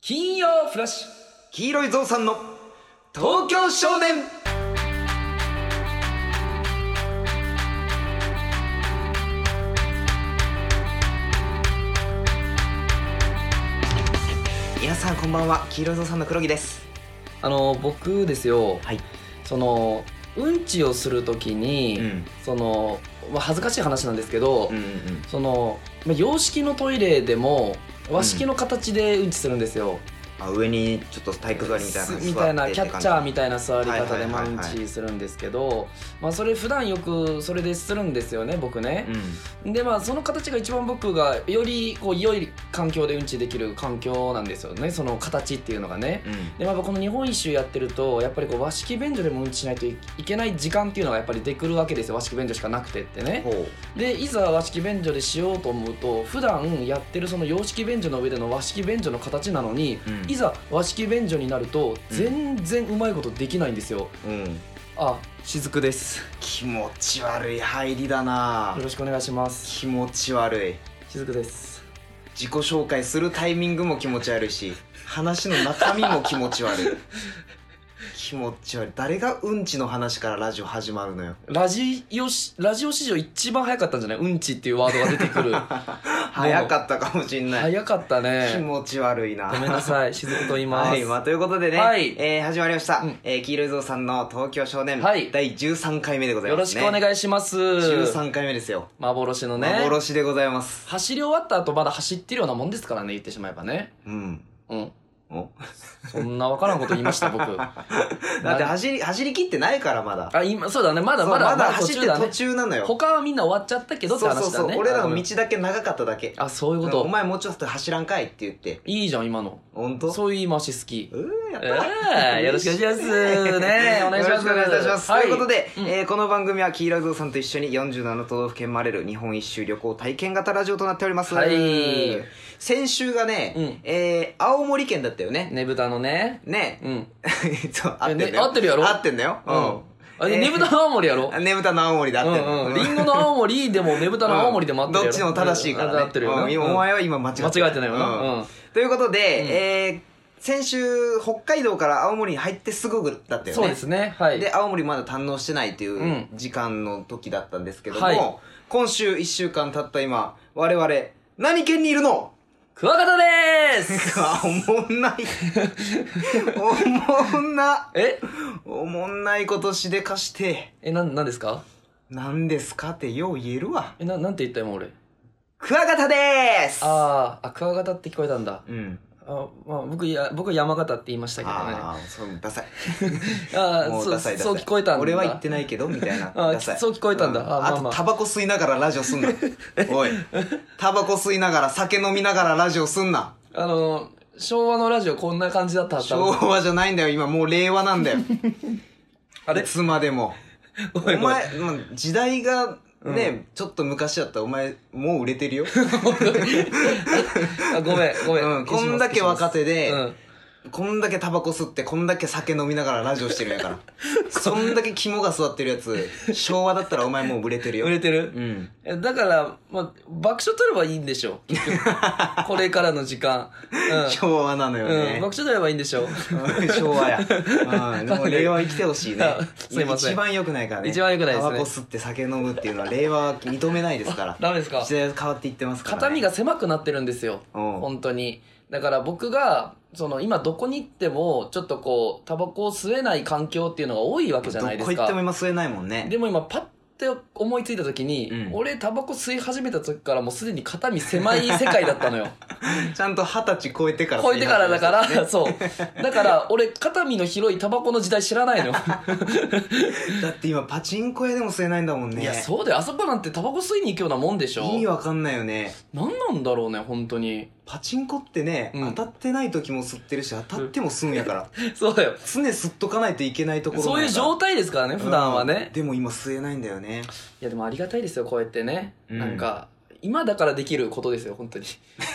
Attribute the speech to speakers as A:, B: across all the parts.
A: 金曜フラッシュ
B: 黄色いぞうさんの東京少年皆さんこんばんは黄色いぞうさんの黒木です
A: あの僕ですよ、
B: はい
A: そのうんちをするときに、
B: ん
A: その、まあ、恥ずかしい話なんですけど、
B: うん
A: その、まあ、洋式のトイレでも和式の形でうんちするんですよ、
B: あ上にちょっと体育座りみたいな
A: すみたいなキャッチャーみ
B: た
A: たいな座り方で
B: はいは
A: まあ
B: い
A: う
B: はい
A: ん
B: はい
A: ちするんですけど、まあ、それ普段よくそれでするんですよね僕ね、
B: う
A: でまあその形が一番僕がよりこう良い環境でうんちできる環境なんですよねその形っていうのがね、
B: んうん
A: でまあ、この日本一周やってるとやっぱりこう和式便所でもうんちしないといけない時間っていうのがやっぱり出てくるわけですよ和式便所しかなくてってね
B: ほ
A: でいざ和式便所でしようと思うと普段やってるその洋式便所の上での和式便所の形なのに、
B: うん
A: いざ和式便所になると全然うまいことできないんですよ、
B: ううん
A: あ雫です
B: 気持ち悪い入りだな
A: よろしくお願いします
B: 気持ち悪い
A: 雫です
B: 自己紹介するタイミングも気持ち悪いし話の中身も気持ち悪い気持ち悪い誰がうんちの話からラジオ始まるのよ
A: ラジオしラジオ史上一番早かったんじゃないうんちっていうワードが出て くる
B: 早かったかもしんない
A: 早かった
B: 気
A: ね
B: 持ち悪いな
A: ごめんなさい雫と言います、
B: はい、まあ、ということでね、
A: はい
B: えー始まりました、
A: うん
B: えー黄色いぞうさんの東京少年、
A: はい
B: 第13回目でござい
A: よろ
B: ま
A: し
B: す
A: く
B: ね
A: お願いします。
B: 13回目ですよ、
A: 幻のね。
B: 幻でございます
A: 走り終わった後まだ走ってるようなもんですからね、言ってしまえばね。
B: うん
A: うん。
B: お
A: そんなわからんこと言いました、 僕。あ、
B: だって走り走り切ってないからまだ
A: 今、そうだね。まだ
B: そう
A: まだ、
B: まだ走って
A: だね
B: 途中なのよ
A: 他はみんな終わっちゃったけどって
B: そう
A: 話だ
B: そ
A: ね。
B: うそう俺らの
A: あ
B: 道だけ長かっただけ
A: あ、そういうこ
B: お
A: と。
B: 前もうちょっと走らんかいって言って
A: いいじゃん、今の。
B: 本当
A: そういう言い回し好 き。
B: うーやっ
A: え
B: た
A: えよろしくお願いします。 ねお願いします。
B: よろしくお願いいたします。
A: は
B: ということで、
A: うん
B: えーこの番組は黄色いぞうさんと一緒に47都道府県回れる日本一周旅行体験型ラジオとなっております。
A: はい
B: 先週がね、
A: うん
B: えー青森県だったよね。
A: ねぶたのね。
B: ね。
A: うん。
B: そう合ってんだよ、
A: ね合ってるやろ
B: 合ってんだよ。
A: あれ、
B: えー
A: ねぶたの青森やろ
B: ねぶたの青森で合ってる
A: うんうん、リンゴの青森でもねぶたの青森でもあってる
B: ど
A: や
B: っ
A: ろ
B: ちも正しいからね。
A: 合ってるよな、
B: うん今お前は今間違って
A: 間違えてないよなうん
B: ということで、
A: うん
B: えー先週、北海道から青森に入ってすぐだったよね。
A: そうですねはい
B: で、青森まだ堪能してないというんう時間の時だったんですけども、
A: はい
B: 今週1週間経った今、我々、何県にい るの
A: クワガタでー す
B: あ、おもんない。おもんな。
A: え
B: おもんないことしでかして、
A: えなんなんですか
B: 何ですかってよう言えるわ。
A: えななんて言った今俺
B: クワガタでーす
A: あーあクワガタって聞こえたんだ
B: うん。
A: あ、まあ、僕や僕は山形って言いましたけどねあ
B: ああ、そう、ダサい。
A: あー
B: もう
A: そう
B: ダサいダサい。
A: そう聞こえたんだ
B: 俺は言ってないけど、みたいな。
A: あ
B: ダサい
A: そう聞こえたんだ
B: う
A: あまあ
B: あ
A: ま
B: と、
A: あ
B: タバコ吸いながらラジオすん な。おい。タバコ吸いながら、酒飲みながらラジオすんな。
A: あの昭和のラジオこんな感じだったはずだ
B: 昭和じゃないんだよ、今。もう令和なんだよ。
A: あれ
B: いつまでも。
A: お
B: お前、まあ時代が、ね、ちょっと昔だったらお前、もう売れてるよ。
A: あごめん ごめん、
B: うんこんだけ若手で
A: うん
B: こんだけタバコ吸って、こんだけ酒飲みながらラジオしてるん やから。そんだけ肝が座ってるやつ、昭和だったらお前もう売れてるよ。
A: 売れてる
B: うん。
A: えだから、まあ、爆笑取ればいいんでしょ結 局これからの時間、う
B: 昭和なのよ
A: ん
B: ね。
A: うん、爆笑取ればいいんでしょ
B: うん昭和や。うん、でも令和生きてほしいね
A: すいません
B: 一番良くないからね。
A: 一番良くないですね。
B: タバコ吸って酒飲むっていうのは令和は認めないですから
A: ダメですか
B: 時代は変わっていってますから、ね。
A: 肩身が狭くなってるんですよ
B: うん
A: 本当にだから僕がその今どこに行ってもちょっとこうタバコを吸えない環境っていうのが多いわけじゃないで
B: ど
A: す
B: こ行っても
A: か
B: 今吸えないもんね。
A: でも今パッて思いついた時に、
B: うん
A: 俺タバコ吸い始めた時からもうすでに肩身狭い世界だったの よ
B: ちゃんと二十歳超えてから吸
A: 超えてからだから、
B: ね
A: そうだから俺肩身の広いタバコの時代知らないのよ
B: だって今パチンコ屋でも吸えないんだもんね。
A: いやそうだよあそこなんてタバコ吸いに行くようなもんでしょ
B: 意味わかんないよね。
A: 何なんだろうね本当に
B: パチンコってね、
A: うん
B: 当たってない時も吸ってるし、当たっても吸うん やから。
A: そうだよ
B: 常吸っとかないといけないところ
A: そういう状
B: 態
A: 態ですからね普段はね、
B: でも今吸えないんだよね。
A: いやでもありがたいですよこうやってね、
B: うん
A: なんか今だからできることですよ本当に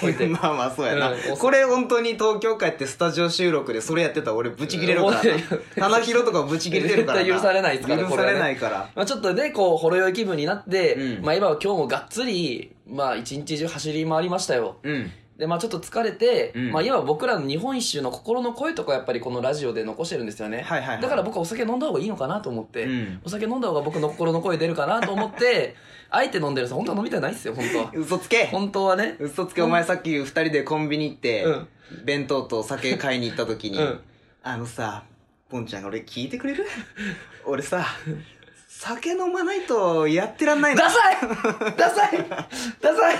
A: こうやって
B: まあまあそうやな、
A: うん
B: これ本当に東京帰ってスタジオ収録でそれやってたら俺ブチ切れる から
A: うん
B: な棚広とかブチ切れてるからな
A: 絶対許されないですから
B: 許
A: これ
B: さ
A: はね
B: れないから、
A: まあ、ちょっとねこうほろ酔い気分になって、
B: うん
A: まあ今は今日もがっつりまあ一日中走り回りましたよ
B: うん
A: で、まあちょっと疲れて、
B: うん
A: まあいわば僕らの日本一周の心の声とかやっぱりこのラジオで残してるんですよね。
B: はいはいはい
A: だから僕はお酒飲んだ方がいいのかなと思って、
B: うん。
A: お酒飲んだ方が僕の心の声出るかなと思って、 あえて飲んでるさ、本当は飲みたいないっすよ、本当は
B: 嘘つけ
A: 本当はね。
B: 嘘つけお前さっき二人でコンビニ行って、
A: うん
B: 弁当と酒買いに行った時に、
A: うん
B: あのさポンちゃん俺聞いて くれる俺さ酒飲まないとやってらんないの
A: ダサいダサいダサい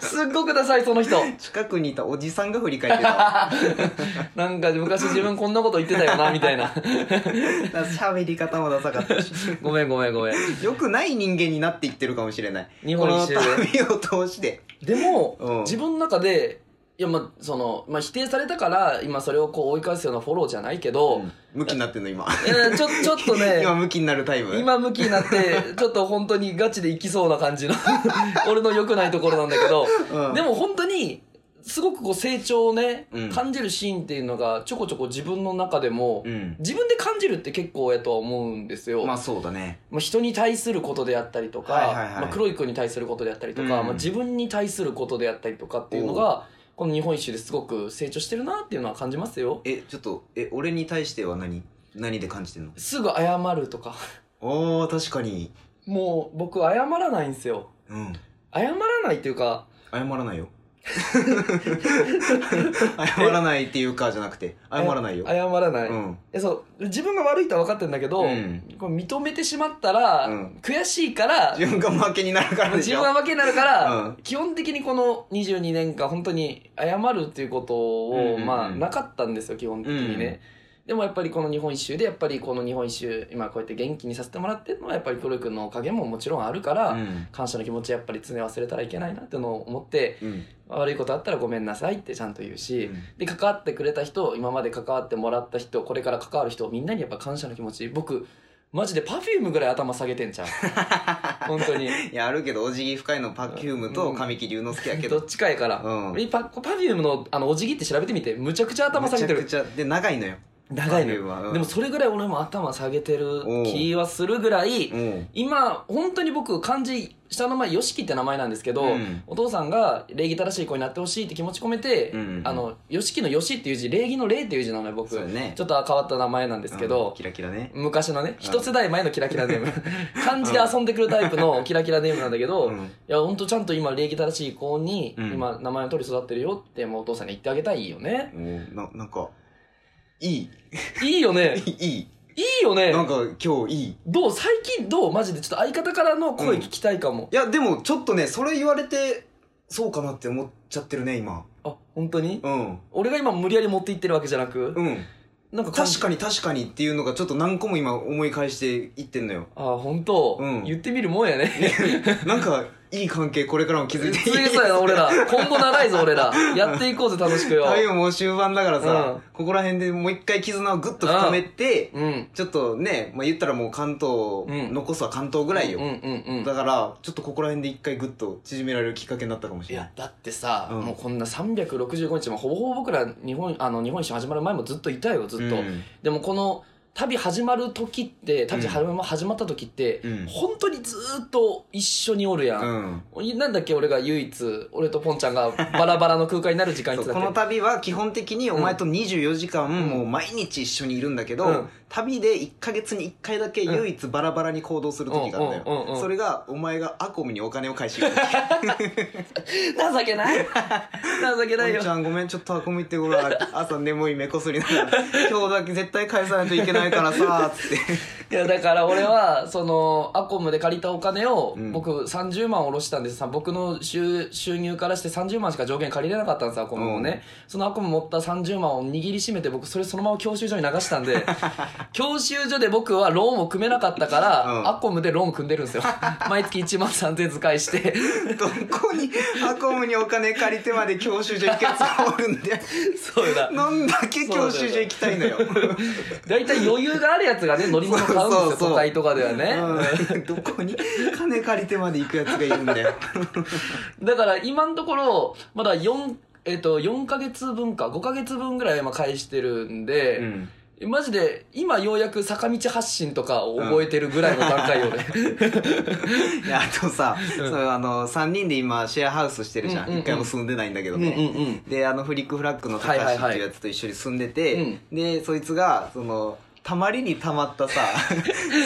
A: すっごくダサい、その人。
B: 近くにいたおじさんが振り返ってた
A: なんか昔自分こんなこと言ってたよな、みたいな。
B: 喋り方もダサかったし
A: ごめんごめんごめん。
B: よくない人間になっていってるかもしれない
A: 日本一周で
B: この旅を通して
A: でも、
B: うん
A: 自分の中で、いや、まあ、その、まあ、否定されたから、今それをこう追い返すようなフォローじゃないけど、
B: 向きになってんの今
A: いやちょ、ちょっとね、
B: 今向きになるタイム
A: 今向きにな って、ちょっと本当にガチでいきそうな感じの、俺の良くないところなんだけど、
B: うん
A: でも本当に、すごくこう成長をね、
B: うん
A: 感じるシーンっていうのが、ちょこちょこ自分の中でも、
B: うん
A: 自分で感じるって結構やとは思うんですよ。
B: まあそうだね
A: まあ、人に対することであったりとか、
B: はいはいはい
A: まあ、黒い子に対することであったりとか、
B: うん
A: まあ、自分に対することであったりとかっていうのがこの日本一周ですごく成長してるなっていうのは感じますよ
B: えちょっとえ俺に対しては何何で感じてんの
A: すぐ謝るとか
B: あー確かに
A: もう僕謝らないんですよ
B: うん
A: 謝らないっていうか
B: 謝らな いよ謝らないっていうかじゃなくて謝らないよ
A: 謝らない、
B: うん
A: えそう自分が悪いとは分かってるんだけど、
B: うん
A: これ認めてしまったら、
B: うん
A: 悔しいから
B: 自分が負けになるからで
A: 自
B: しょ
A: 分は負けになるから、
B: うん
A: 基本的にこの22年間本当に謝るっていうこと
B: うん
A: を、
B: うんうん
A: まあなかったんですよ基本的にね、でもやっぱりこの日本一周でやっぱりこの日本一周今こうやって元気にさせてもらってるのはやっぱり黒井君のおかげももちろんあるから、
B: うん
A: 感謝の気持ちやっぱり常に忘れたらいけないなっていうのを思って
B: うん
A: 悪いことあったらごめんなさいってちゃんと言うし、で関わってくれた人今まで関わってもらった人これから関わる人みんなにやっぱ感謝の気持ち僕マジで Perfume ぐらい頭下げてん じゃん本当に
B: いやあるけどお辞儀深いのパキュームと神木隆之介やけ
A: ど
B: ど
A: っちかやから、
B: うん
A: えパパフュームのあのお辞儀って調べてみてむちゃくちゃ頭下げて
B: め
A: る
B: ちゃくちゃで長いのよ
A: 長いの
B: パフュームはう
A: よ
B: ん
A: でもそれぐらい俺も頭下げてる
B: おう
A: 気はするぐらい
B: うん
A: 今本当に僕漢字下の名前 YOSHIKI って名前なんですけど、
B: うん
A: お父さんが礼儀正しい子になってほしいって気持ち込めて、
B: うん
A: あの YOSHIKI の YOSHI っていう字礼儀の礼っていう字なのよ僕、
B: そうよね
A: ちょっと変わった名前なんですけ
B: うん
A: ど、
B: キラキラね
A: 昔のね一世代前のキラキラネ ーム漢字で遊んでくるタイプのキラキラネームなんだけど、
B: うん
A: いや、ほんとちゃんと今、礼儀正しい子に、
B: うん
A: 今、名前を取り育ってるよって、もうお父さんに言ってあげたいよね。
B: うんななんかい い
A: いいよね
B: いい
A: いいよね
B: なんか今日いいい
A: どう最近どうマジでちょっと相方からの声聞きたいかも。
B: やでもちょっとねそれ言われてそうかなって思っちゃってるね今
A: あ、本当に
B: うん
A: 俺が今無理やり持っていってるわけじゃなく、
B: うん
A: なんか
B: 確
A: か
B: かに確かにっていうのがちょっと何個も今思い返していってん のよ
A: あ、本当、
B: うん
A: 言ってみるもんや ね。
B: なんかいい関係これからも築いてい
A: 強いさやな、 俺ら。今後長いぞ、俺ら。やっていこうぜ、楽しくよ。
B: 旅ももう終盤だからさ、
A: う
B: ここら辺でもう一回絆をぐっと深めて、
A: うん。
B: ちょっとね、まあ、言ったらもう関東、
A: うん
B: 残すは関東ぐらいよ、
A: うんうんうん。
B: だからちょっとここら辺で一回ぐっと縮められるきっかけになったかもし
A: い
B: れない
A: やだってさ、
B: うん
A: もうこんな365日もほぼほぼ僕ら日本あの日本一周始まる前もずっといたよずっと、
B: うん
A: でもこの旅始まる時って旅始ま始まった時って、
B: うん
A: 本当にずーっと一緒におるや、
B: うんん
A: なんだっけ俺が唯一俺とポンちゃんがバラバラの空間になる時間い
B: そ
A: つ
B: う
A: だっ
B: こ
A: け
B: の旅は基本的にお前と24時間もう毎日一緒にいるんだけど、
A: うん
B: 旅で1ヶ月に1回だけ唯一バラバラに行動する時があったよ、
A: うんうんうんうん
B: それがお前がアコムにお金を返しに 行く
A: 情けない 情けない
B: お
A: よ
B: んちゃんごめんちょっとアコム行ってごらん朝眠い目こすりながら今日だけ絶対返さないといけないからさつって
A: いやだから俺はそのアコムで借りたお金を
B: うん
A: 僕30万下ろしたんですさ僕の収収入からして30万しか上限借りれなかったんですアコムをね、
B: うん
A: そのアコム持った30万を握りしめて僕それそのまま教習所に流したん で教習所で僕はローンを組めなかったから、
B: うん
A: アコムでローン組んでるんですよ 毎月1万3000円使いして
B: どこにアコムにお金借りてまで教習所行くやつがおるん だよ
A: そうだ
B: なんだけ教習所行きたいのよ
A: 大体余裕があるやつがね乗り物買うんですよ
B: そうそうそう
A: 都会とかではね、
B: うんどこに金借りてまで行くやつがいるんだよ
A: だから今のところ、まだ4、えっと、4ヶ月分か、5ヶ月分ぐらい今返してるんで、マジで今ようやく坂道発進とかを覚えてるぐらいの段階よ ね、
B: いやあとさ、
A: うん
B: そうあの3人で今シェアハウスしてるじゃん、
A: うんうんうん
B: 一回も住んでないんだけど
A: うん、うん
B: ね、
A: うん
B: であのフリックフラッグの高
A: はいはい
B: 橋っ
A: はい
B: ていうやつと一緒に住んでて、
A: うん
B: でそいつがそのたまりにたまった さ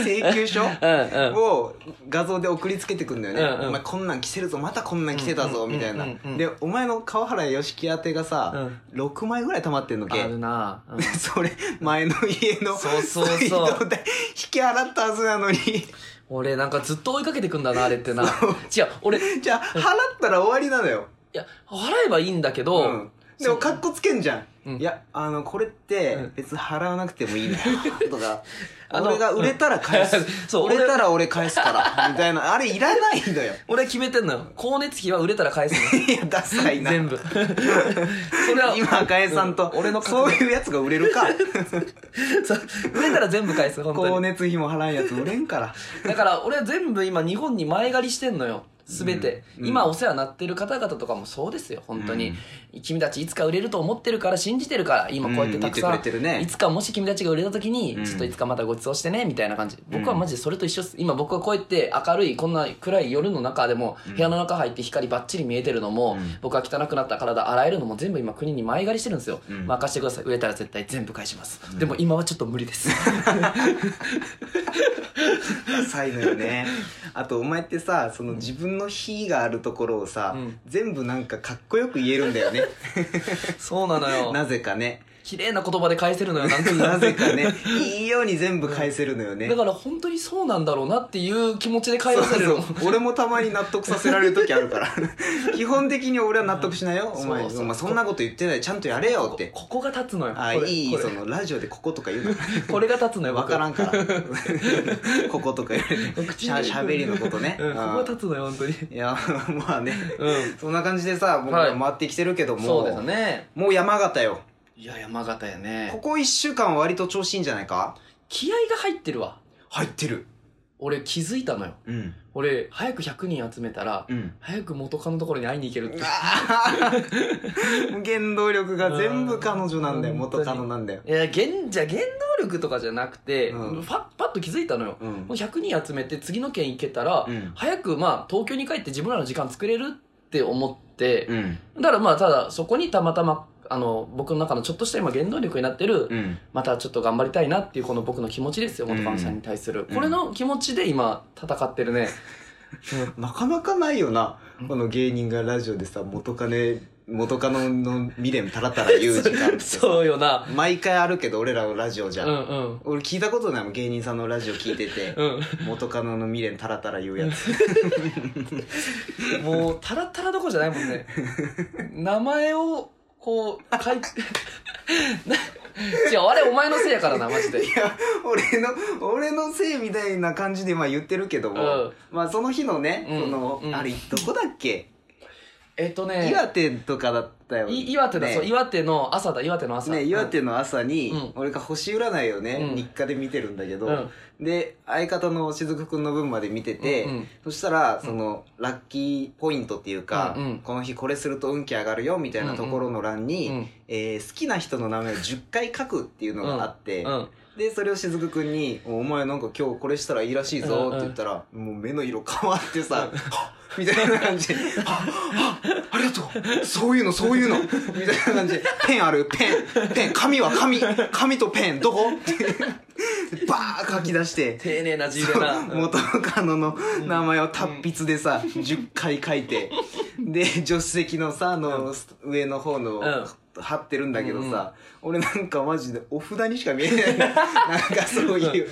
B: 請求書
A: うんうん
B: を画像で送りつけてくんだよね、
A: うんうん
B: お前こんなん着せるぞまたこんなん着てたぞ、
A: うんうんうん
B: みたいな、
A: うんうん
B: でお前の川原義樹宛てがさ、6枚ぐらい溜まってんのけ
A: あるな、うん
B: それ前の家の
A: そうそうそう
B: 水道代引き払ったはずなのに
A: 俺なんかずっと追いかけてくんだなあれってな違う俺い
B: じゃあ払ったら終わりなのよ
A: や払えばいいんだけど、
B: うん、でもかっこつけんじゃん、
A: うん
B: いやあのこれって
A: うん
B: 別に払わなくてもい いんだよとか
A: あの
B: 俺が売れたら返す、
A: うんそう
B: 売れたら俺返すからみたいなあれいらないん だよ
A: 俺決めてんのよ光熱費は売れたら返すの
B: いやダサいな
A: 全部 それは
B: 今赤江さんと、
A: う俺の覚悟
B: そういうやつが売れるか
A: そう売れたら全部返す本当
B: 光
A: に
B: 熱費も払うやつ売れんから
A: だから俺は全部今日本に前借りしてんのよ全て、
B: うん
A: 今お世話になってる方々とかもそうですよ本当に、君たちいつか売れると思ってるから信じてるから今こうやってたくさん、
B: うん見てくれてるね
A: いつかもし君たちが売れた時に、
B: うん
A: ちょっといつかまたご馳走してねみたいな感じ僕は
B: うん
A: マジでそれと一緒です今僕はこうやって明るいこんな暗い夜の中でも
B: うん
A: 部屋の中入って光バッチリ見えてるのも、
B: うん
A: 僕は汚くなった体洗えるのも全部今国に前借りしてるんですよ、
B: うん
A: 任してください売れたら絶対全部返します、
B: うん
A: でも今はちょっと無理です
B: ダサいのよねあとお前ってさその自分の非があるところをさ、
A: うん
B: 全部なんかかっこよく言えるんだよね
A: そうなのよ
B: なぜかね
A: 綺麗な言葉で返せるのよなんか
B: なぜかねいいように全部返せるのよね
A: だから本当にそうなんだろうなっていう気持ちで会
B: そう
A: 話される
B: そ
A: の
B: う俺もたまに納得させられる時あるから基本的に俺は納得しないよ、
A: うん
B: お前
A: そうそう
B: お前そんなこと言ってないちゃんとやれよって
A: こここが立つのよ
B: あ
A: これ
B: いい
A: これ
B: そのラジオでこことか言う
A: これが立つの
B: の
A: よ
B: 分から
A: ん
B: んからこことか言うね
A: 口
B: し
A: に
B: ゃしゃべりのことね、
A: うん、ここが立
B: う
A: つのよ本当に
B: んいや まあね
A: うん
B: そんな感じでさ僕
A: はい
B: ら回ってきてるけども、
A: そうですね
B: もう山形よ
A: いや山形や
B: こ
A: ね
B: こ1週間は割と調子いいんじゃないか
A: 気合が入ってるわ
B: 入ってる
A: 俺気づいたのよ
B: うん
A: 俺早く100人集めたら
B: うん
A: 早く元カノのところに会いに行けるって
B: 原動力が全部彼女なんだよ
A: うん
B: 元カノなんだよ
A: いや原じゃ原動力とかじゃなくて、
B: うん
A: ファパッと気づいたのよ、
B: うん
A: もう100人集めて次の県行けたら、
B: うん
A: 早くまあ東京に帰って自分らの時間作れるって思って、
B: うん
A: だからまあただそこにたまたまあの僕の中のちょっとした今原動力になってる、
B: うん
A: またちょっと頑張りたいなっていうこの僕の気持ちですよ元カノさんに対する、
B: うん
A: これの気持ちで今戦ってるね、
B: なかなかないよな
A: うん
B: この芸人がラジオでさ元カネ元カノの未練たらたら言う時間って
A: そうよな
B: 毎回あるけど俺らのラジオじ
A: う
B: ゃ
A: ん
B: ん、
A: うん
B: 俺聞いたことないもん芸人さんのラジオ聞いてて
A: うん、
B: 元カノの未練たらたら言うやつ
A: もうタラタラどころじゃないもん ね名前をこう書いて 違うあれお前のせいやからなマジで
B: いや 俺の俺のせいみたいな感じでまあ言ってるけども、
A: うん
B: まあその日のね、
A: うん
B: その
A: うん
B: あれどこだっけ、
A: えっとね
B: 岩手とかだったよ
A: い岩手だ、
B: ね
A: そう岩手の朝だ岩手の朝
B: ね、岩手の朝に、
A: うん
B: 俺が星占いをね、
A: うん
B: 日課で見てるんだけど、
A: うん
B: で相方の雫くんの分まで見てて、
A: うんうん
B: そしたらその、ラッキーポイントっていうか、
A: うんうん
B: この日これすると運気上がるよみたいなところの欄に、
A: うん
B: えー好きな人の名前を10回書くっていうのがあって、
A: うん
B: でそれを雫くんに「お前なんか今日これしたらいいらしいぞ」って言ったら、もう目の色変わってさ「はっみたいな感じで「ああありがとうそういうのそういうの」みたいな感じで「ペンあるペンペン紙は紙紙とペンどこ?」ってバー書き出して。
A: 丁寧な字で
B: そう
A: なうん
B: 元カノの名前を達筆でさ、10回書いてで助手席のさあの、上の方の、
A: うん
B: 貼ってるんだけどさ、俺なんかマジでお札にしか見え ないなんかそういう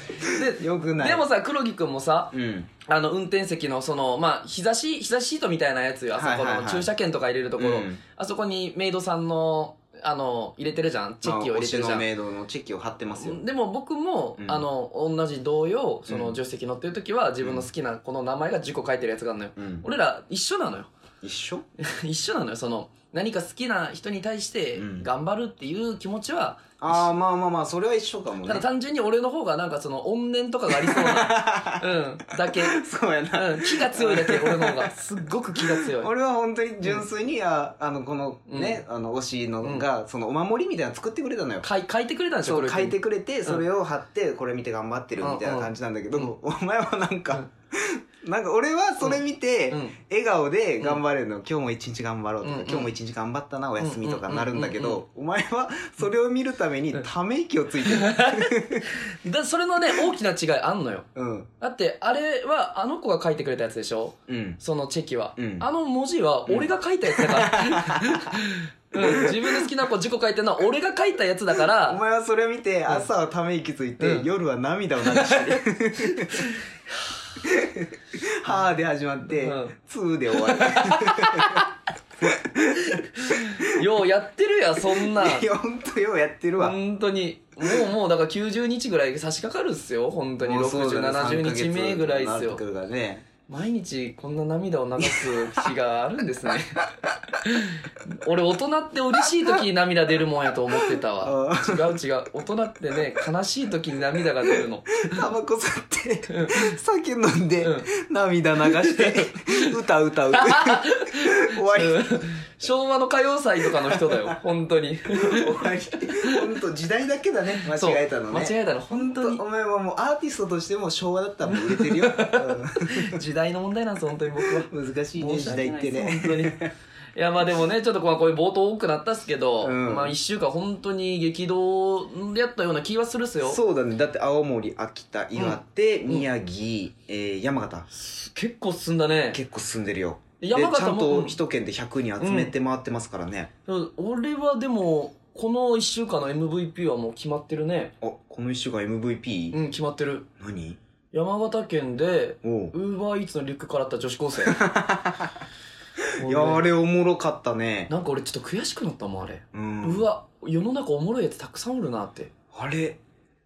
A: で
B: よくない
A: でもさ黒木君もさ
B: うん
A: あの運転席のそのまあ日差し日差しシートみたいなやつよあそこ
B: はいはいは
A: の
B: い
A: 駐車券とか入れるところ、
B: うん
A: あそこにメイドさんのあの入れてるじゃんチェッキを入れてるじ
B: まあ推
A: ゃ
B: しの
A: ん、
B: メイドのチェキを貼ってますよ
A: でも僕も、
B: うん
A: あの同じ同様その
B: うん
A: 助手席乗ってる時は自分の好きなこの名前が10個書いてるやつがあるのよ、
B: うん
A: 俺ら一緒なのよ
B: 一緒
A: 一緒なのよその何か好きな人に対して
B: うん
A: 頑張るっていう気持ちは、
B: ああまあまあまあそれは一緒かも
A: ただ
B: ね
A: 単純に俺の方がなんかその怨念とかがありそうな、 うん、だけ、う、
B: そうやなん
A: 気が強いだけ俺の方がすっごく気が強い。
B: 俺は本当に純粋に、ああのこのね、あの推しのが、そのお守りみたいなの作ってくれたのよ
A: かい書いてくれたんでしょこ
B: そ
A: れ
B: う書いてくれてそれを貼ってこれ見て頑張ってるみたいな感じなんだけど、
A: うん
B: お前はなんか、なんか俺はそれ見て、
A: うん
B: 笑顔で頑張れるの、今日も一日頑張ろうとか、
A: うんうん
B: 今日も一日頑張ったなお休みとかなるんだけ
A: うんうんうん
B: ど、お前はそれを見るためにため息をついてる、
A: だそれのね大きな違いあんのよ
B: うん
A: だってあれはあの子が書いてくれたやつでしょ
B: うん
A: そのチェキは、
B: うん
A: あの文字は俺が書いたやつだから、 うん、自分の好きな子自己書いてるのは俺が書いたやつだか
B: お
A: ら
B: 前はそれを見て朝はため息ついて、
A: うん
B: 夜は涙を流してる はーで始まって、
A: うん
B: ツーで終わる
A: ようやってるやそんなん
B: いやほんとようやってるわ、
A: 本当にもうもうだから90日ぐらい差し掛かるっすよ本当に
B: もうそうだね
A: 6070日目ぐらいっす
B: 三ヶ月になって
A: よ
B: くるからね
A: 毎日こんな涙を流す日があるんです ね俺大人って嬉しい時に涙出るもんやと思ってたわ
B: あ
A: 違う違う大人ってね悲しい時に涙が出るの
B: タバコ吸って酒飲んで、
A: うん
B: 涙流して 歌歌歌終わり
A: うん昭和の歌謡祭とかの人だよ本当に
B: 終わり本当時代だけだね 間
A: そう
B: 違えたのね
A: 間違えたの本当に
B: お前はもうアーティストとしても昭和だ ったらもう売れてるよ、
A: 時代の問題なんです本当に僕は
B: うん 難しいね
A: 申し
B: 時
A: 訳
B: 代
A: な
B: っ
A: い
B: て
A: です
B: ね
A: 本当にいやまあでもねちょっとこうこういう冒頭多くなったっすけど、
B: うん
A: まあ1週間本当に激動やったような気はするっすよ
B: そうだねだって青森秋田岩手、
A: ん
B: 宮城、えー山形
A: 結構進んだね
B: 結構進んでるよでち
A: 山
B: ゃ
A: 形
B: ん
A: も
B: と一県で100人集めて回ってますからね、
A: うん俺はでもこの1週間の MVP はもう決まってるね
B: あこの1週間 MVP、
A: うん決まってる
B: 何
A: 山形県で
B: おう
A: ウーバーイーツのリュックからった女子 高生
B: いやあ
A: 俺
B: れおもろかったね
A: なんか俺ちょっと悔しくなったもんあれ、
B: うん
A: うわ世の中おもろいやつたくさんおるなって
B: あれ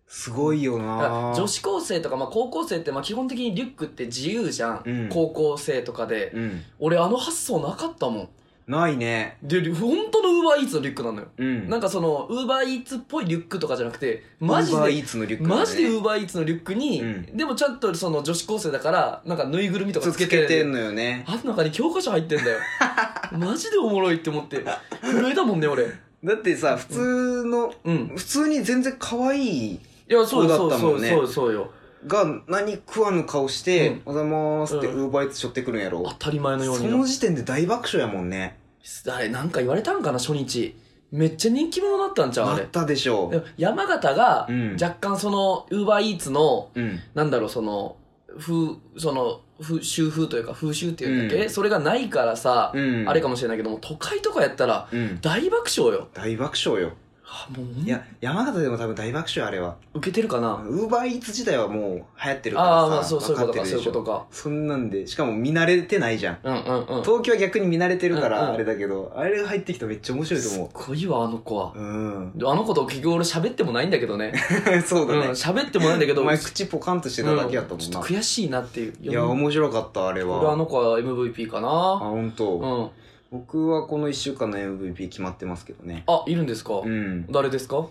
B: すごいよ
A: だ
B: な
A: から女子高生とか、まあ、高校生ってまあ基本的にリュックって自由じゃん、
B: うん
A: 高校生とかで
B: うん
A: 俺あの発想なかったもん
B: ないね
A: でリュ本当のウーバーイーツのリュックなのよ
B: うん
A: なん
B: か
A: かそのウーバーイーツっぽいリュックとかじゃなくてマジで
B: イーツのリュックだね
A: マジでウーバーイーツのリュックに、
B: う
A: でもちゃんとその女子高生だからなんかぬいぐるみとか
B: つ
A: つけ
B: け
A: て
B: てんのよね
A: あん中に教科書入って んだよマジでおもろいって思って震えたもんね俺
B: だってさ普通の、
A: うん
B: 普通に全然可愛い
A: いやそう
B: そ
A: そう
B: だ
A: う
B: ったも
A: そ
B: ん
A: う
B: ね
A: そうそうよ
B: が何食わぬ顔して
A: うん
B: 「おはようございます」って
A: う
B: ウーバーイーツしょってくるんやろ、
A: 当たり前のよう
B: そ
A: に
B: の時点で大爆笑やもんね
A: あれなんか言われたんかな初日めっちゃ人気者だったんちゃう
B: あ
A: あ
B: っ
A: れ
B: たでしょ
A: でも山形が
B: うん
A: 若干そのウーバーイーツの
B: うん
A: なんだろうその風その風習風というか風習っていうんだっけ、
B: うん
A: それがないからさ、
B: うん
A: あれかもしれないけども都会とかやったら
B: うん
A: 大爆笑よ
B: 大爆笑よ
A: あもう
B: いや山形でも多分大爆笑あれは
A: 受けてるかな
B: ウーバーイーツ自体はもう流行ってるからさ
A: ああまあそうそういうこと
B: 分
A: か
B: って
A: そう
B: る
A: いう
B: でし
A: こ
B: ょ
A: とか
B: そんなんで、しかも見慣れてないじゃん。
A: うんうんうん
B: 東京は逆に見慣れてるか
A: うんうん
B: ら、あれだけど、あれが入ってきたらめっちゃ面白いと
A: すっ
B: 思
A: ごいわあの子は
B: う。、うん。
A: あの子と結局俺喋ってもないんだけどね
B: そう
A: うん
B: だね。
A: 喋ってもないんだけど
B: お前口ポカンとしてただけやったも
A: うんちょっ
B: な
A: と。悔しいなっていうい
B: いや、面白かった、あれ
A: 俺あ
B: は。
A: の子は MVP か
B: あ、
A: な
B: ほん
A: う
B: と。
A: ん
B: 僕はこの1週間の MVP 決まってますけどね。
A: あいるんですか、
B: うん。
A: 誰ですか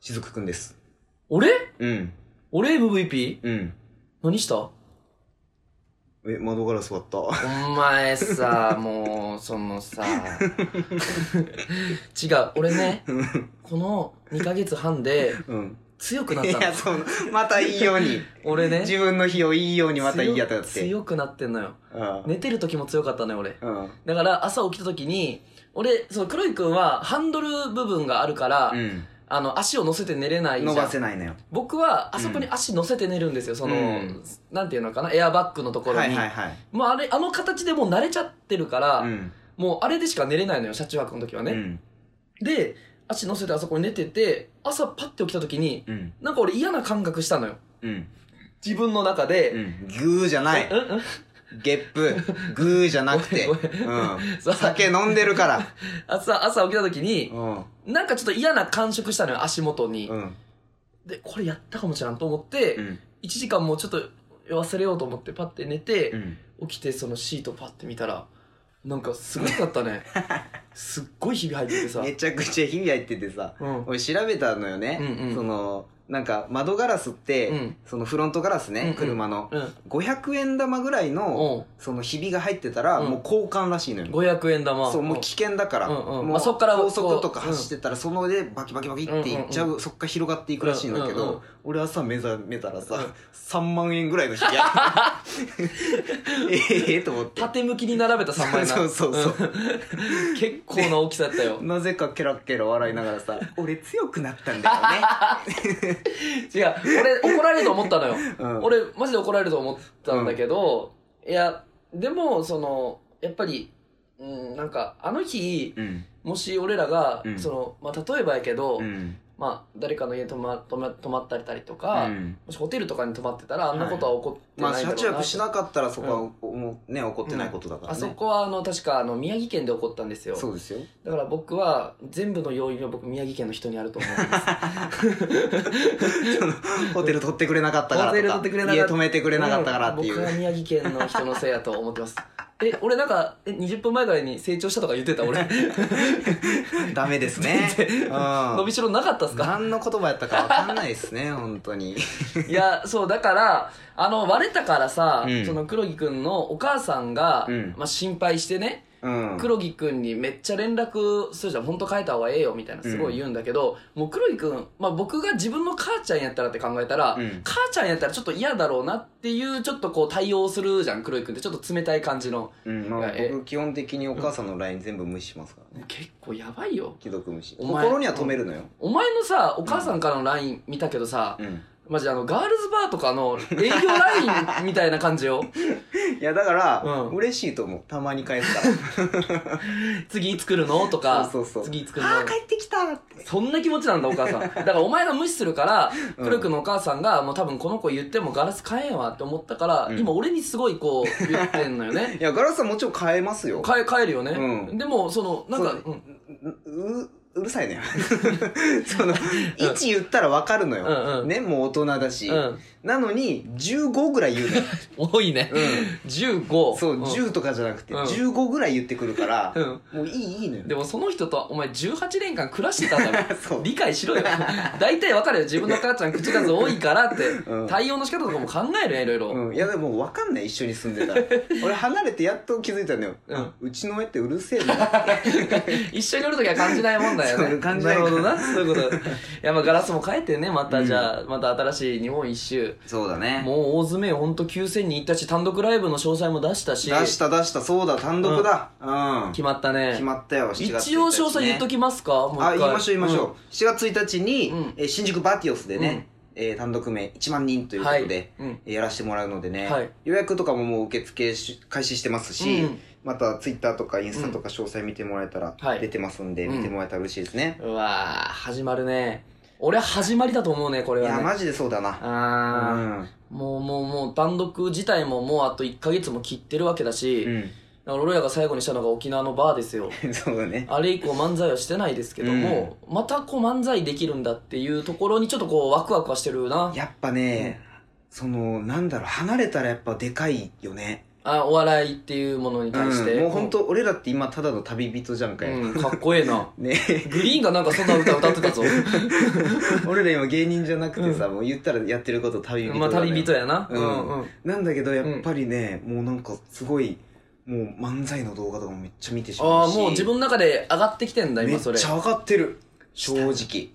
B: しずくくんです。
A: 俺
B: うん。
A: 俺 MVP?
B: うん。
A: 何した
B: え、窓ガラス割った。
A: お前 さもうそのさ 違う俺ねこの2ヶ月半で
B: うん。
A: 強くなっ
B: い
A: たの
B: や、そう、またいいように。
A: 俺ね
B: 自分の日をいいようにまた言いやったって。
A: 強くなってんのよ
B: うん。
A: 寝てる時も強かったのよ俺
B: うん。
A: だから朝起きた時に俺その黒井君はハンドル部分があるから、
B: うん。
A: あの足を乗せて寝れないじゃ
B: 伸
A: ん
B: ばせないのよ。
A: 僕はあそこに足乗せて寝るんですよその、
B: うん
A: なんていうのかなエアバッグのところに、
B: はいはいはい。
A: もうあれあの形でもう慣れちゃってるから、
B: うん。
A: もうあれでしか寝れないのよ車中泊の時は
B: う
A: ね、
B: ん。
A: で足乗せてあそこに寝てて朝パッて起きた時に
B: うん。
A: なんか俺嫌な感覚したのよ
B: うん。
A: 自分の中で、
B: うん。グーじゃない
A: うん。うん
B: ゲップ。グーじゃなくて。
A: ごめん
B: う。
A: そうん
B: 酒飲んでるから。
A: 朝朝起きた時に
B: うん。
A: なんかちょっと嫌な感触したのよ足元に、
B: うん。
A: でこれやったかもしれんと思って、
B: うん。
A: 1時間もうちょっと忘れようと思ってパッて寝て、
B: うん。
A: 起きてそのシートパッて見たらなんかすごかった ねすっごい日々入っててさ
B: めちゃくちゃ日々入っててさ
A: うん
B: 俺調べたのよね、
A: うんうん
B: そのなんか窓ガラスって、
A: うん
B: そのフロントガラスね、
A: うんうん
B: 車の
A: うん
B: 500円玉ぐらいの
A: お
B: そのひびが入ってたら、
A: うん
B: もう交換らしいのよ、
A: 500円玉
B: そうもう危険だから、
A: うんうん
B: も
A: まあそっから
B: 高速
A: こ
B: とか
A: ううん
B: 走ってたらその上でバキバキバキっていっちゃう,、
A: うん
B: そっから広がっていくらしいんだけど、
A: うんうんうん
B: 俺朝目覚めたらさ、
A: うん
B: 3万円ぐらいの日 やええと思って
A: 縦向きに並べた3枚な
B: そうそうそうそ
A: うん結構な大きさだった よ
B: なぜかケラケラ笑いなが らさ「俺強くなったんだよね」
A: 違う俺怒られると思ったのよ、
B: うん
A: 俺マジで怒られると思ったんだけど、いやでもそのやっぱりうんなんかあの日
B: うん
A: もし俺らが、
B: うん
A: そのまあ、例えばやけど、
B: うん
A: まあ、誰かの家に泊ま泊ま泊まったりたりとか、
B: うん
A: もしホテルとかに泊まってたらあんなことは起こって
B: ま
A: な
B: あ
A: いだろうな、
B: 車中泊しなかったらそこは、もうね起こってないことだからね、
A: あそこはあの確かあの宮城県で起こったんですよ
B: そうですよ
A: だから僕は全部の要因は僕宮城県の人にあると思うんです
B: ホテル取ってくれなかったからとか
A: ホテル取ってくれなかった
B: 家泊めてくれなかったからっていう、
A: ん僕は宮城県の人のせいやと思ってます え俺なんかえ20分前ぐらいに成長したとか言ってた 俺
B: ダメですね。うん。
A: 伸びしろなかったっすか
B: 何の言葉やったかわかんないですね、 本当に。
A: いやそうだからあの割れたからさ、
B: うん
A: その黒木くんのお母さんが、
B: うん
A: まあ、心配してね
B: うん。
A: 黒木くんにめっちゃ連絡するじゃん本当帰った方がええよみたいなすごい言うんだけど、もう黒木くん、まあ、僕が自分の母ちゃんやったらって考えたら、
B: うん
A: 母ちゃんやったらちょっと嫌だろうなっていうちょっとこう対応するじゃん黒木くんってちょっと冷たい感じの
B: うん、まあ
A: え
B: 僕基本的にお母さんの LINE 全部無視しますからね。
A: 結構やばいよ
B: 既読無視。
A: お前
B: 心には止めるのよ。
A: お前のさお母さんからの LINE 見たけどさ、
B: うん。
A: マジあのガールズバーとかの営業 LINE みたいな感じよ
B: いや、だから、
A: うん
B: 嬉しいと思う。たまに返すから。
A: 次作るのとか
B: そうそうそう
A: 次作るの
B: あー、帰ってきたって。
A: そんな気持ちなんだお母 さんだからお前が無視するから
B: うん
A: クルクのお母さんがもう多分この子言ってもガラス買えんわって思ったから、
B: うん
A: 今俺にすごいこう言ってんのよ ね
B: いや、ガラスはもちろん変えますよ。
A: 買え買えるよね、
B: うん
A: でもそのなんか
B: そううんう、うるさいね。 その、1言ったらわかるのよ。
A: うんうん
B: ね、もう大人だし。
A: うん
B: なのに、15ぐらい言う のよ。
A: 多いね、
B: う
A: 15
B: そう、
A: ん
B: 10とかじゃなくて、
A: うん
B: 15ぐらい言ってくるから、もういい、いいのよ。
A: でもその人とお前18年間暮らしてたんだろ
B: そう
A: 理解し ろよ大体わかるよ自分の母ちゃん口数多いからって、
B: うん
A: 対応の仕方とかも考えるねいろいろ、
B: うん、いやでも分かんない一緒に住んで たら俺離れてやっと気づいたんだよ、
A: う
B: うんちの親ってうるせ えな
A: 一緒におる時は感じないもんだよ
B: そ
A: ね
B: う感じない
A: るほどなそういうこといやまあガラスも変えてねまたじゃあ、また新しい日本一周
B: そうだね
A: もう大詰めよほんと9000人いったし単独ライブの詳細も出したし
B: 出した出したそうだ単独だうん、
A: 決まったね
B: 決まったよ7月1日、ね、
A: 一応詳細言っときますかもう一回
B: あ言いましょう言いましょう、7月1日に、
A: うん
B: えー新宿バティオスでね、えー単独名1万人ということで、
A: はいうん
B: えーやらせてもらうのでね、
A: はい
B: 予約とかももう受付し開始してますし、
A: うん
B: またツイッターとかインスタとか詳細見てもらえたら
A: はい
B: 出てますんで、
A: うん
B: 見てもらえたら嬉しいですね、
A: うんうわー始まるね俺は始まりだと思うねこれ
B: い
A: は
B: や
A: ね
B: マジでそうだな
A: あー、
B: うん
A: もうもうもう単独自体ももうあと1ヶ月も切ってるわけだし、
B: うん
A: だから俺らが最後にしたのが沖縄のバーですよ
B: そうだね。
A: あれ以降漫才はしてないですけども、またこう漫才できるんだっていうところにちょっとこうワクワクはしてるな
B: やっぱね、その、なんだろう、離れたらやっぱでかいよね。
A: あお笑いっていうものに対して、
B: うんもう本当、俺らって今ただの旅人じゃんかよ。
A: うんかっこええな
B: ね
A: グリーンがなんかそんな歌歌ってたぞ
B: 俺ら今芸人じゃなくてさ、もう言ったらやってること旅人だ、ね。
A: まあ旅人やなう
B: うんん
A: うん
B: なんだけど、やっぱりね、もうなんかすごい、もう漫才の動画とかもめっちゃ見てし
A: あ
B: ま
A: あ
B: うし。
A: もう自分の中で上がってきてんだ
B: め
A: 今
B: っち
A: そ
B: ゃ
A: れ
B: 上がってる。正直。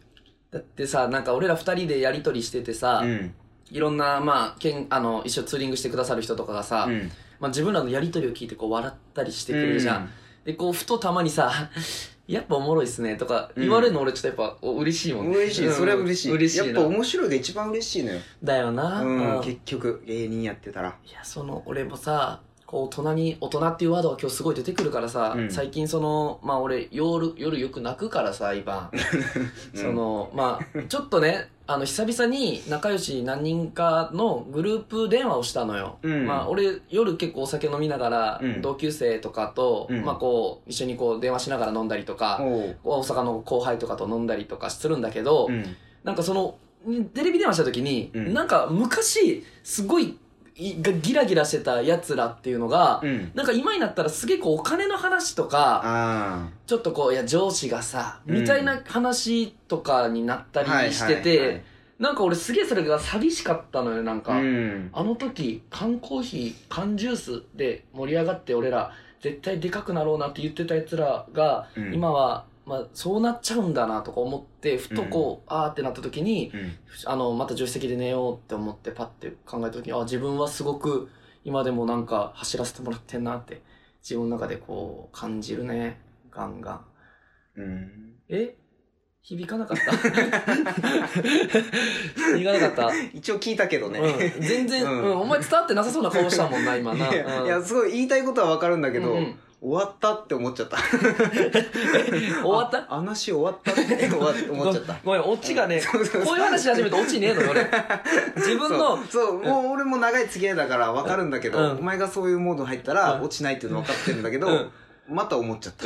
A: だってさなんか俺ら2人でやり取りしててさ、
B: うん。
A: いろんなまあけんあの一緒ツーリングしてくださる人とかがさ、
B: うん
A: まあ、自分らのやり取りを聞いてこう笑ったりしてくれるじゃん、
B: うん
A: でこうふとたまに さ「やっぱおもろいっすね」とか言われるの俺ちょっとやっぱお嬉しいもんね
B: 嬉しい、それは嬉しい。
A: うん嬉しい
B: やっ
A: な
B: ぱ面白いが一番嬉しいのよ。
A: だよな、
B: う、
A: うんんい
B: 結局、芸人やってたら。
A: やその俺もさこう大人に大人っていうワードが今日すごい出てくるからさ、
B: うん
A: 最近そのまあ俺夜夜よく泣くからさ今、
B: うん
A: そのまあちょっとねあの久々に仲良し何人かのグループ電話をしたのよ、
B: うん
A: まあ俺夜結構お酒飲みながら、
B: うん
A: 同級生とかと、
B: うん
A: まあこう一緒にこう電話しながら飲んだりとか、
B: おう
A: 大阪の後輩とかと飲んだりとかするんだけど、
B: うん。
A: なんかそのんテレビ電話した時に、
B: うん
A: なんか昔すごいいがギラギラしてたやつらっていうのが、
B: うん
A: なんか今になったらすげえこうお金の話とか、
B: あ
A: ちょっとこう、いや上司がさ、
B: うん
A: みたいな話とかになった
B: あ
A: りしてて、なんか俺すげえそれが寂しかったのよ、なんか。
B: うん
A: あの時、缶コーヒー、缶ジュースで盛り上がって俺ら、絶対でかくなろうなって言ってた奴らが、
B: うん
A: 今は、まあ、そうなっちゃうんだなとか思って、ふとこう、あーってなった時に、
B: うん
A: あの、また助手席で寝ようって思ってパッて考えた時に、あ、自分はすごく今でもなんか走らせてもらってんなって、自分の中でこう感じるね。ガンガン。
B: うん
A: え響かなかった 響かなかった
B: 一応聞いたけどね、
A: うん、全然、う
B: うんん
A: お前伝わってなさそうな顔したもんな今
B: い
A: な、
B: や
A: うん
B: いやすごい言いたいことはわかるんだけど、
A: うんうん
B: 終わったって思っちゃった
A: 終わった
B: あ話終わったって思わ思っちゃった
A: ごめんオチがね
B: そうそうそう
A: こういう話し始めてオチねえのよ 俺自分の
B: そうそうもう俺も長い付き合いだからわかるんだけど、
A: うん
B: お前がそういうモード入った
A: う
B: ら
A: ん
B: 落ちないっていうの分かってるんだけど、
A: うん
B: また思っちゃった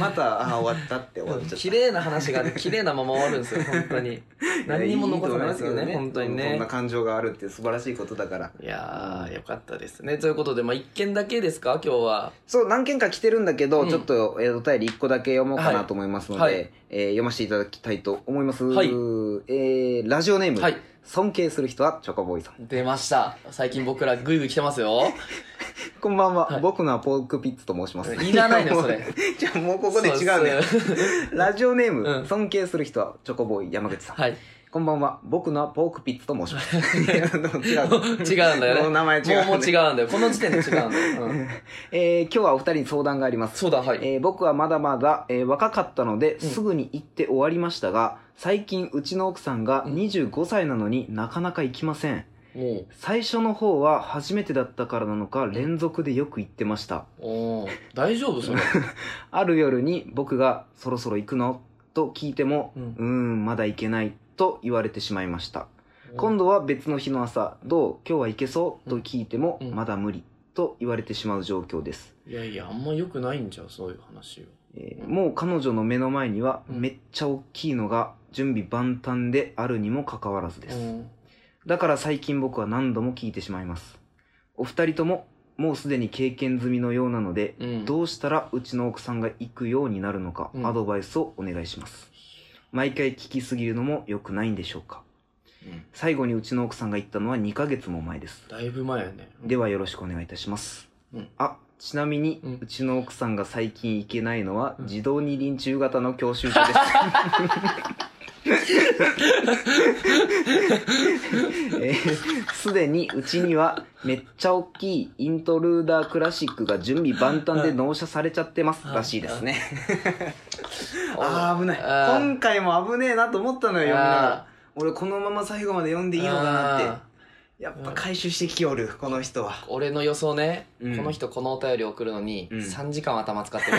B: またあー終わったって終わっちゃった
A: 綺麗な話がね 綺麗なまま終わるんですよ本当に何にも残さないですよね
B: いやいいと思い
A: 本当に
B: こんな
A: ね
B: 感情があるって素晴らしいことだから
A: いやーよかったですねということでまあ一件だけですか今日は
B: そう何件か来てるんだけど、
A: うん
B: ちょっと、えーお便り1個だけ読もうかなと思いますので、
A: はいはい
B: えー読ませていただきたいと思います、
A: はい
B: えーラジオネーム、
A: はい
B: 尊敬する人はチョコボーイさん
A: 出ました最近僕らグイグイ来てますよ
B: こんばんは、
A: はい
B: 僕のはポークピッツと申します
A: いらないのよそれ
B: やもうじゃあもう ここで違うね
A: そそ
B: ラジオネーム、
A: うん
B: 尊敬する人はチョコボーイ山口さ ん、
A: はい
B: こんばんは僕のはポークピッツと申しま すいやでも違う
A: 違うんだよね
B: もう名前違う、ね、
A: もうもう違うんだよこの時点で違うんだよ、うん
B: えー今日はお二人に相談があります
A: そうだはい、
B: えー僕はまだまだ、えー若かったので
A: うん
B: すぐに行って終わりましたが、最近うちの奥さんが
A: うん
B: 25歳なのになかなか行きません
A: もう
B: 最初の方は初めてだったからなのか連続でよく行ってました
A: おー大丈夫 それ、
B: ある夜に僕が「そろそろ行くの?」と聞いても「
A: う
B: うんーんまだ行けない」と言われてしまいました今度は別の日の朝「どう今日は行けそう?」と聞いても
A: う
B: 「
A: ん
B: まだ無理」と言われてしまう状況です
A: いやいやあんま良くないんじゃんそういう話は
B: えーもう彼女の目の前には
A: うん
B: めっちゃ大きいのが準備万端であるにもかかわらずです、
A: うん
B: だから最近僕は何度も聞いてしまいますお二人とももうすでに経験済みのようなので、
A: うん
B: どうしたらうちの奥さんが行くようになるのか、
A: うん
B: アドバイスをお願いします毎回聞きすぎるのも良くないんでしょうか
A: うん
B: 最後にうちの奥さんが行ったのは2ヶ月も前です
A: だいぶ前やね
B: ではよろしくお願いいたします、
A: うん
B: あちなみに、
A: う
B: うんちの奥さんが最近行けないのは、
A: うん
B: 自動二輪中型の教習所 ですえーすで、にうちにはめっちゃ大きいイントルーダークラシックが準備万端で納車されちゃってます
A: うん
B: らしいですね
A: あ
B: あー危ない
A: あー
B: 今回も危ねえなと思ったのよ読みながら
A: あ
B: 俺このまま最後まで読んで
A: ー
B: いいのかなって
A: あ
B: やっぱ回収してきおるこの人は
A: ー俺の予想ね、
B: うん
A: この人このお便り送るのに
B: うん
A: 3時間頭使ってる、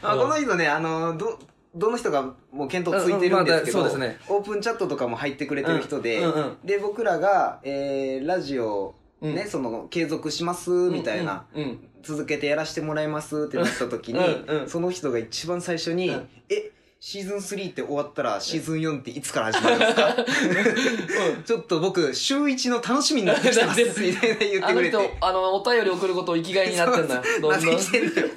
B: あ
A: うん
B: この人ねあのどどの人がもう検討ついてるんですけど、
A: う んまあだそうですね
B: オープンチャットとかも入ってくれてる人で、
A: うんうん
B: で僕らが、えーラジオ
A: うん
B: ね、その継続します
A: うん
B: みたいな、
A: うんうん
B: 続けてやらせてもらいますってなった時に、
A: うんうん
B: その人が一番最初に「
A: うん
B: えシーズン3って終わったらシーズン4っていつから始まるんで すかちょっと僕週1の楽しみになってきてます」
A: だって
B: みたいな 言って
A: あ
B: く
A: の
B: れて
A: 人あのお便り送ることを生きがいになってんだ よどんどん
B: なってきてんだよ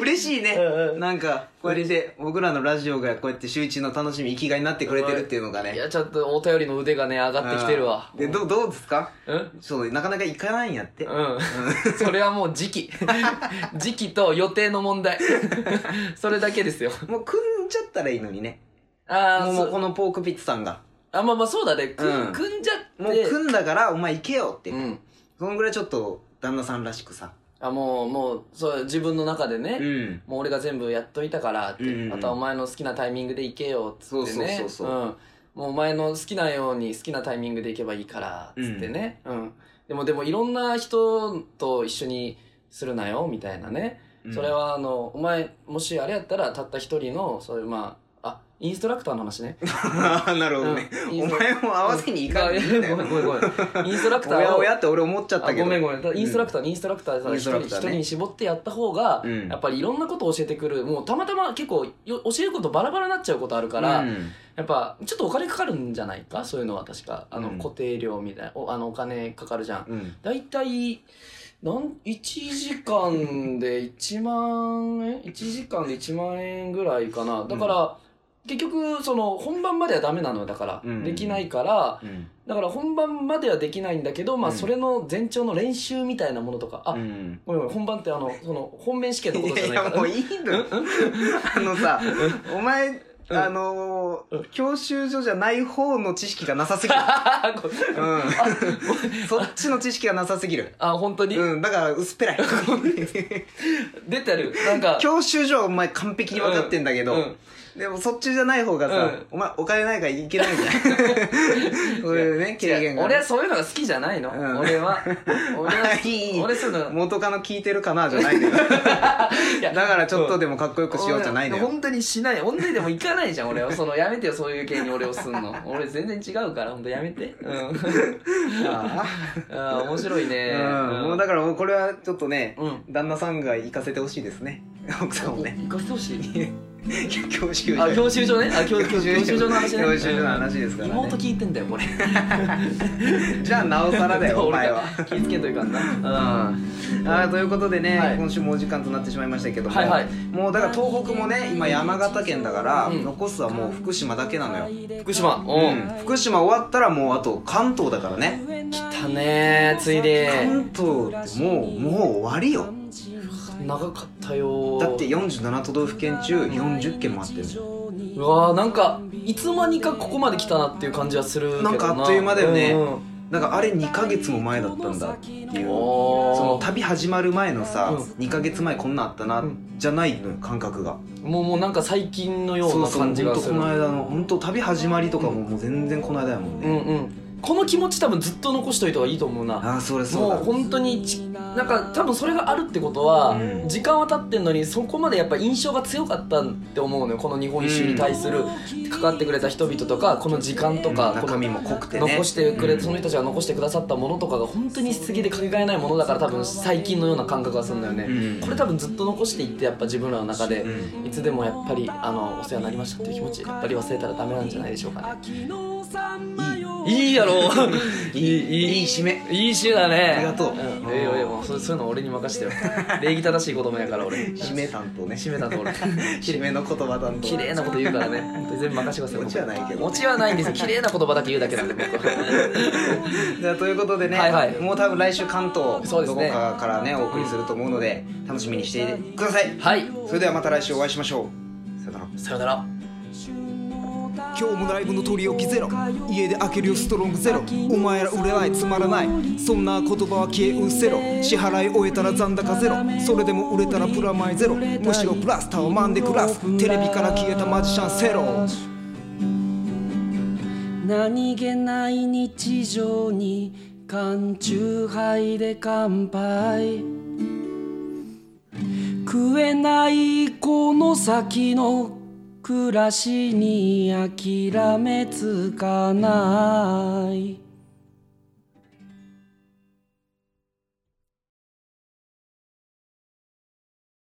B: 嬉しいね
A: うんうん
B: なんかこうやって僕らのラジオがこうやって週一の楽しみ生きがいになってくれてるっていうのがね
A: いやちょっとお便りの腕がね上がってきてるわ
B: でどうどうですか
A: うん
B: そうなかなか行かないんやって、
A: うん、それはもう時期 時期と予定の問題 それだけですよ
B: もう組んじゃったらいいのにね
A: あ
B: も
A: ー
B: う
A: そ
B: もうこのポークピッツさんが
A: あまあまあそうだねく、
B: うん
A: 組んじゃって
B: もう組んだからお前行けよって、
A: うん
B: そのぐらいちょっと旦那さんらしくさ
A: あもうもうそう自分の中でね、
B: ん
A: もう俺が全部やっといたからって、
B: うんうん
A: あとはお前の好きなタイミングで行けよっつってね
B: そうそうそうそう
A: うん、もうお前の好きなように好きなタイミングで行けばいいからっつってね、うんでもでもいろんな人と一緒にするなよみたいなね、それはあのお前もしあれやったらたった一人のそういうまああインストラクターの話ね。
B: なるほどね。
A: うん
B: お前も合わせに行かんでいいん だ
A: ごめん
B: よ。
A: ごめんごめん。インストラクタ
B: おや
A: ーを
B: お。やって俺思っちゃった
A: あ
B: けど。
A: ごめんごめんただインストラクター、インストラクターでさ
B: イン
A: 一
B: スト
A: 人に
B: ラクタ
A: 一
B: ーね
A: 人に絞ってやった方が、
B: うん
A: やっぱりいろんなことを教えてくるもうたまたま結構よ教えることバラバラになっちゃうことあるから、
B: うん
A: やっぱちょっとお金かかるんじゃないかそういうのは確かあの、
B: うん
A: 固定料みたいなおあのお金かかるじゃん
B: うん。
A: 大体なん1時間で1万円1時間で1万円ぐらいかなだから、結局その本番まではダメなのよだから、
B: うん
A: できないから
B: うん。
A: だから本番まではできないんだけど、まあ、
B: うん
A: それの前兆の練習みたいなものとか、あ
B: うん
A: ごめんごめん本番ってあのその本面試験のことじゃない
B: い
A: か
B: や
A: ら
B: もういいんだよあのさお前あのー教習所じゃない方の知識がなさ すぎる
A: ごめん
B: うん
A: あごめん
B: そっちの知識がなさすぎる
A: あ本当に、
B: うんだから薄っ ぺらい
A: 出てるなんか
B: 教習所はお前完璧に分かってんだけど、
A: うん
B: でもそっちじゃない方がさ、
A: うん
B: お前お金ないからいけないじ ゃんそういうね経験が
A: 俺はそういうのが好きじゃないの、
B: うん
A: 俺は俺は
B: いい
A: 俺そういうの
B: 元カノ聞いてるかなじゃな いのよ
A: いや
B: だからちょっとでもかっこよくしようじゃないの
A: 俺
B: よ
A: 本当にしない本当にでも行かないじゃん俺はそのやめてよそういう系に俺をすんの俺全然違うから本当やめて うん
B: ああ
A: あー面白いね
B: うん、もうだからもうこれはちょっとね、
A: うん
B: 旦那さんが行かせてほしいですね奥さんをね
A: 行かせてほしい
B: 教習所
A: あ教習所ねあ教教教習所の話ね
B: 教習所の話ですからね
A: 妹聞いてんだよこれ
B: じゃあなおさらだよお
A: 俺
B: 前
A: が
B: は
A: 気ぃつけといかんなうん
B: あーということでね、
A: はい
B: 今週もお時間となってしまいましたけども、
A: はいはい
B: もうだから東北もね今山形県だから、
A: うん
B: 残すはもう福島だけなのよ、
A: 福島う
B: うん
A: ん
B: 福島終わったらもうあと関東だからね
A: 来たねついで
B: 関東ってもうもう終わりよ
A: 長かったよ
B: だって47都道府県中40県もあってる
A: うわーなんかいつまにかここまで来たなっていう感じはするけどな
B: なんかあっという間だよね
A: うん
B: なんかあれ2ヶ月も前だったんだっていう
A: おー
B: その旅始まる前のさ、
A: うん
B: 2ヶ月前こんなんあったな、
A: うん
B: じゃないのよ感覚が
A: もうもうなんか最近のよう
B: そう
A: な
B: そう
A: 感じが
B: ほん
A: す
B: と
A: る
B: この間の本当旅始まりとかももう全然この間やもん
A: う
B: ね、
A: んうんこの気持ち多分ずっと残しといた方がいいと思うな
B: ああそれそうだ
A: もう本当にちなんか多分それがあるってことは、
B: うん
A: 時間は経ってんのにそこまでやっぱ印象が強かったって思うのよこの日本一周に対する、かかってくれた人々とかこの時間とか、
B: うん
A: この
B: 中身も濃くてね
A: 残してくれ、
B: うん
A: その人たちが残してくださったものとかが本当に質ぎでかけがえないものだから多分最近のような感覚がするんだよね、
B: うん
A: これ多分ずっと残していってやっぱ自分らの中で、
B: う
A: いつでもやっぱりあのお世話になりましたっていう気持ちやっぱり忘れたらダメなんじゃないでしょう かねいいやろ いいいい
B: いい締め
A: いい週だね
B: ありがとうん
A: ええよええよもうそうそういうの俺に任せてよ礼儀正しい子供やから 俺
B: 締め担当ね
A: 締めた と俺
B: 締めの言葉担当
A: 綺麗なこと言うからね本当に全部任せてください
B: オチはないけど
A: オチはないんですよ綺麗な言葉だけ言うだけなんで 僕
B: じゃあということでね、
A: はいはい
B: もう多分来週関東
A: そうで
B: ど
A: す
B: こ
A: ね
B: かからねお送りすると思うので楽しみにしてください
A: はい
B: それではまた来週お会いしましょうさよなら
A: さよなら
C: 今日もライブの取り置きゼロ家で開けるよストロングゼロお前ら売れないつまらないそんな言葉は消えうせろ支払い終えたら残高ゼロそれでも売れたらプラマイゼロむしろプラスタワマンで暮らすテレビから消えたマジシャンセロ
D: 何気ない日常に缶中杯で乾杯食えないこの先の暮らしに諦めつかない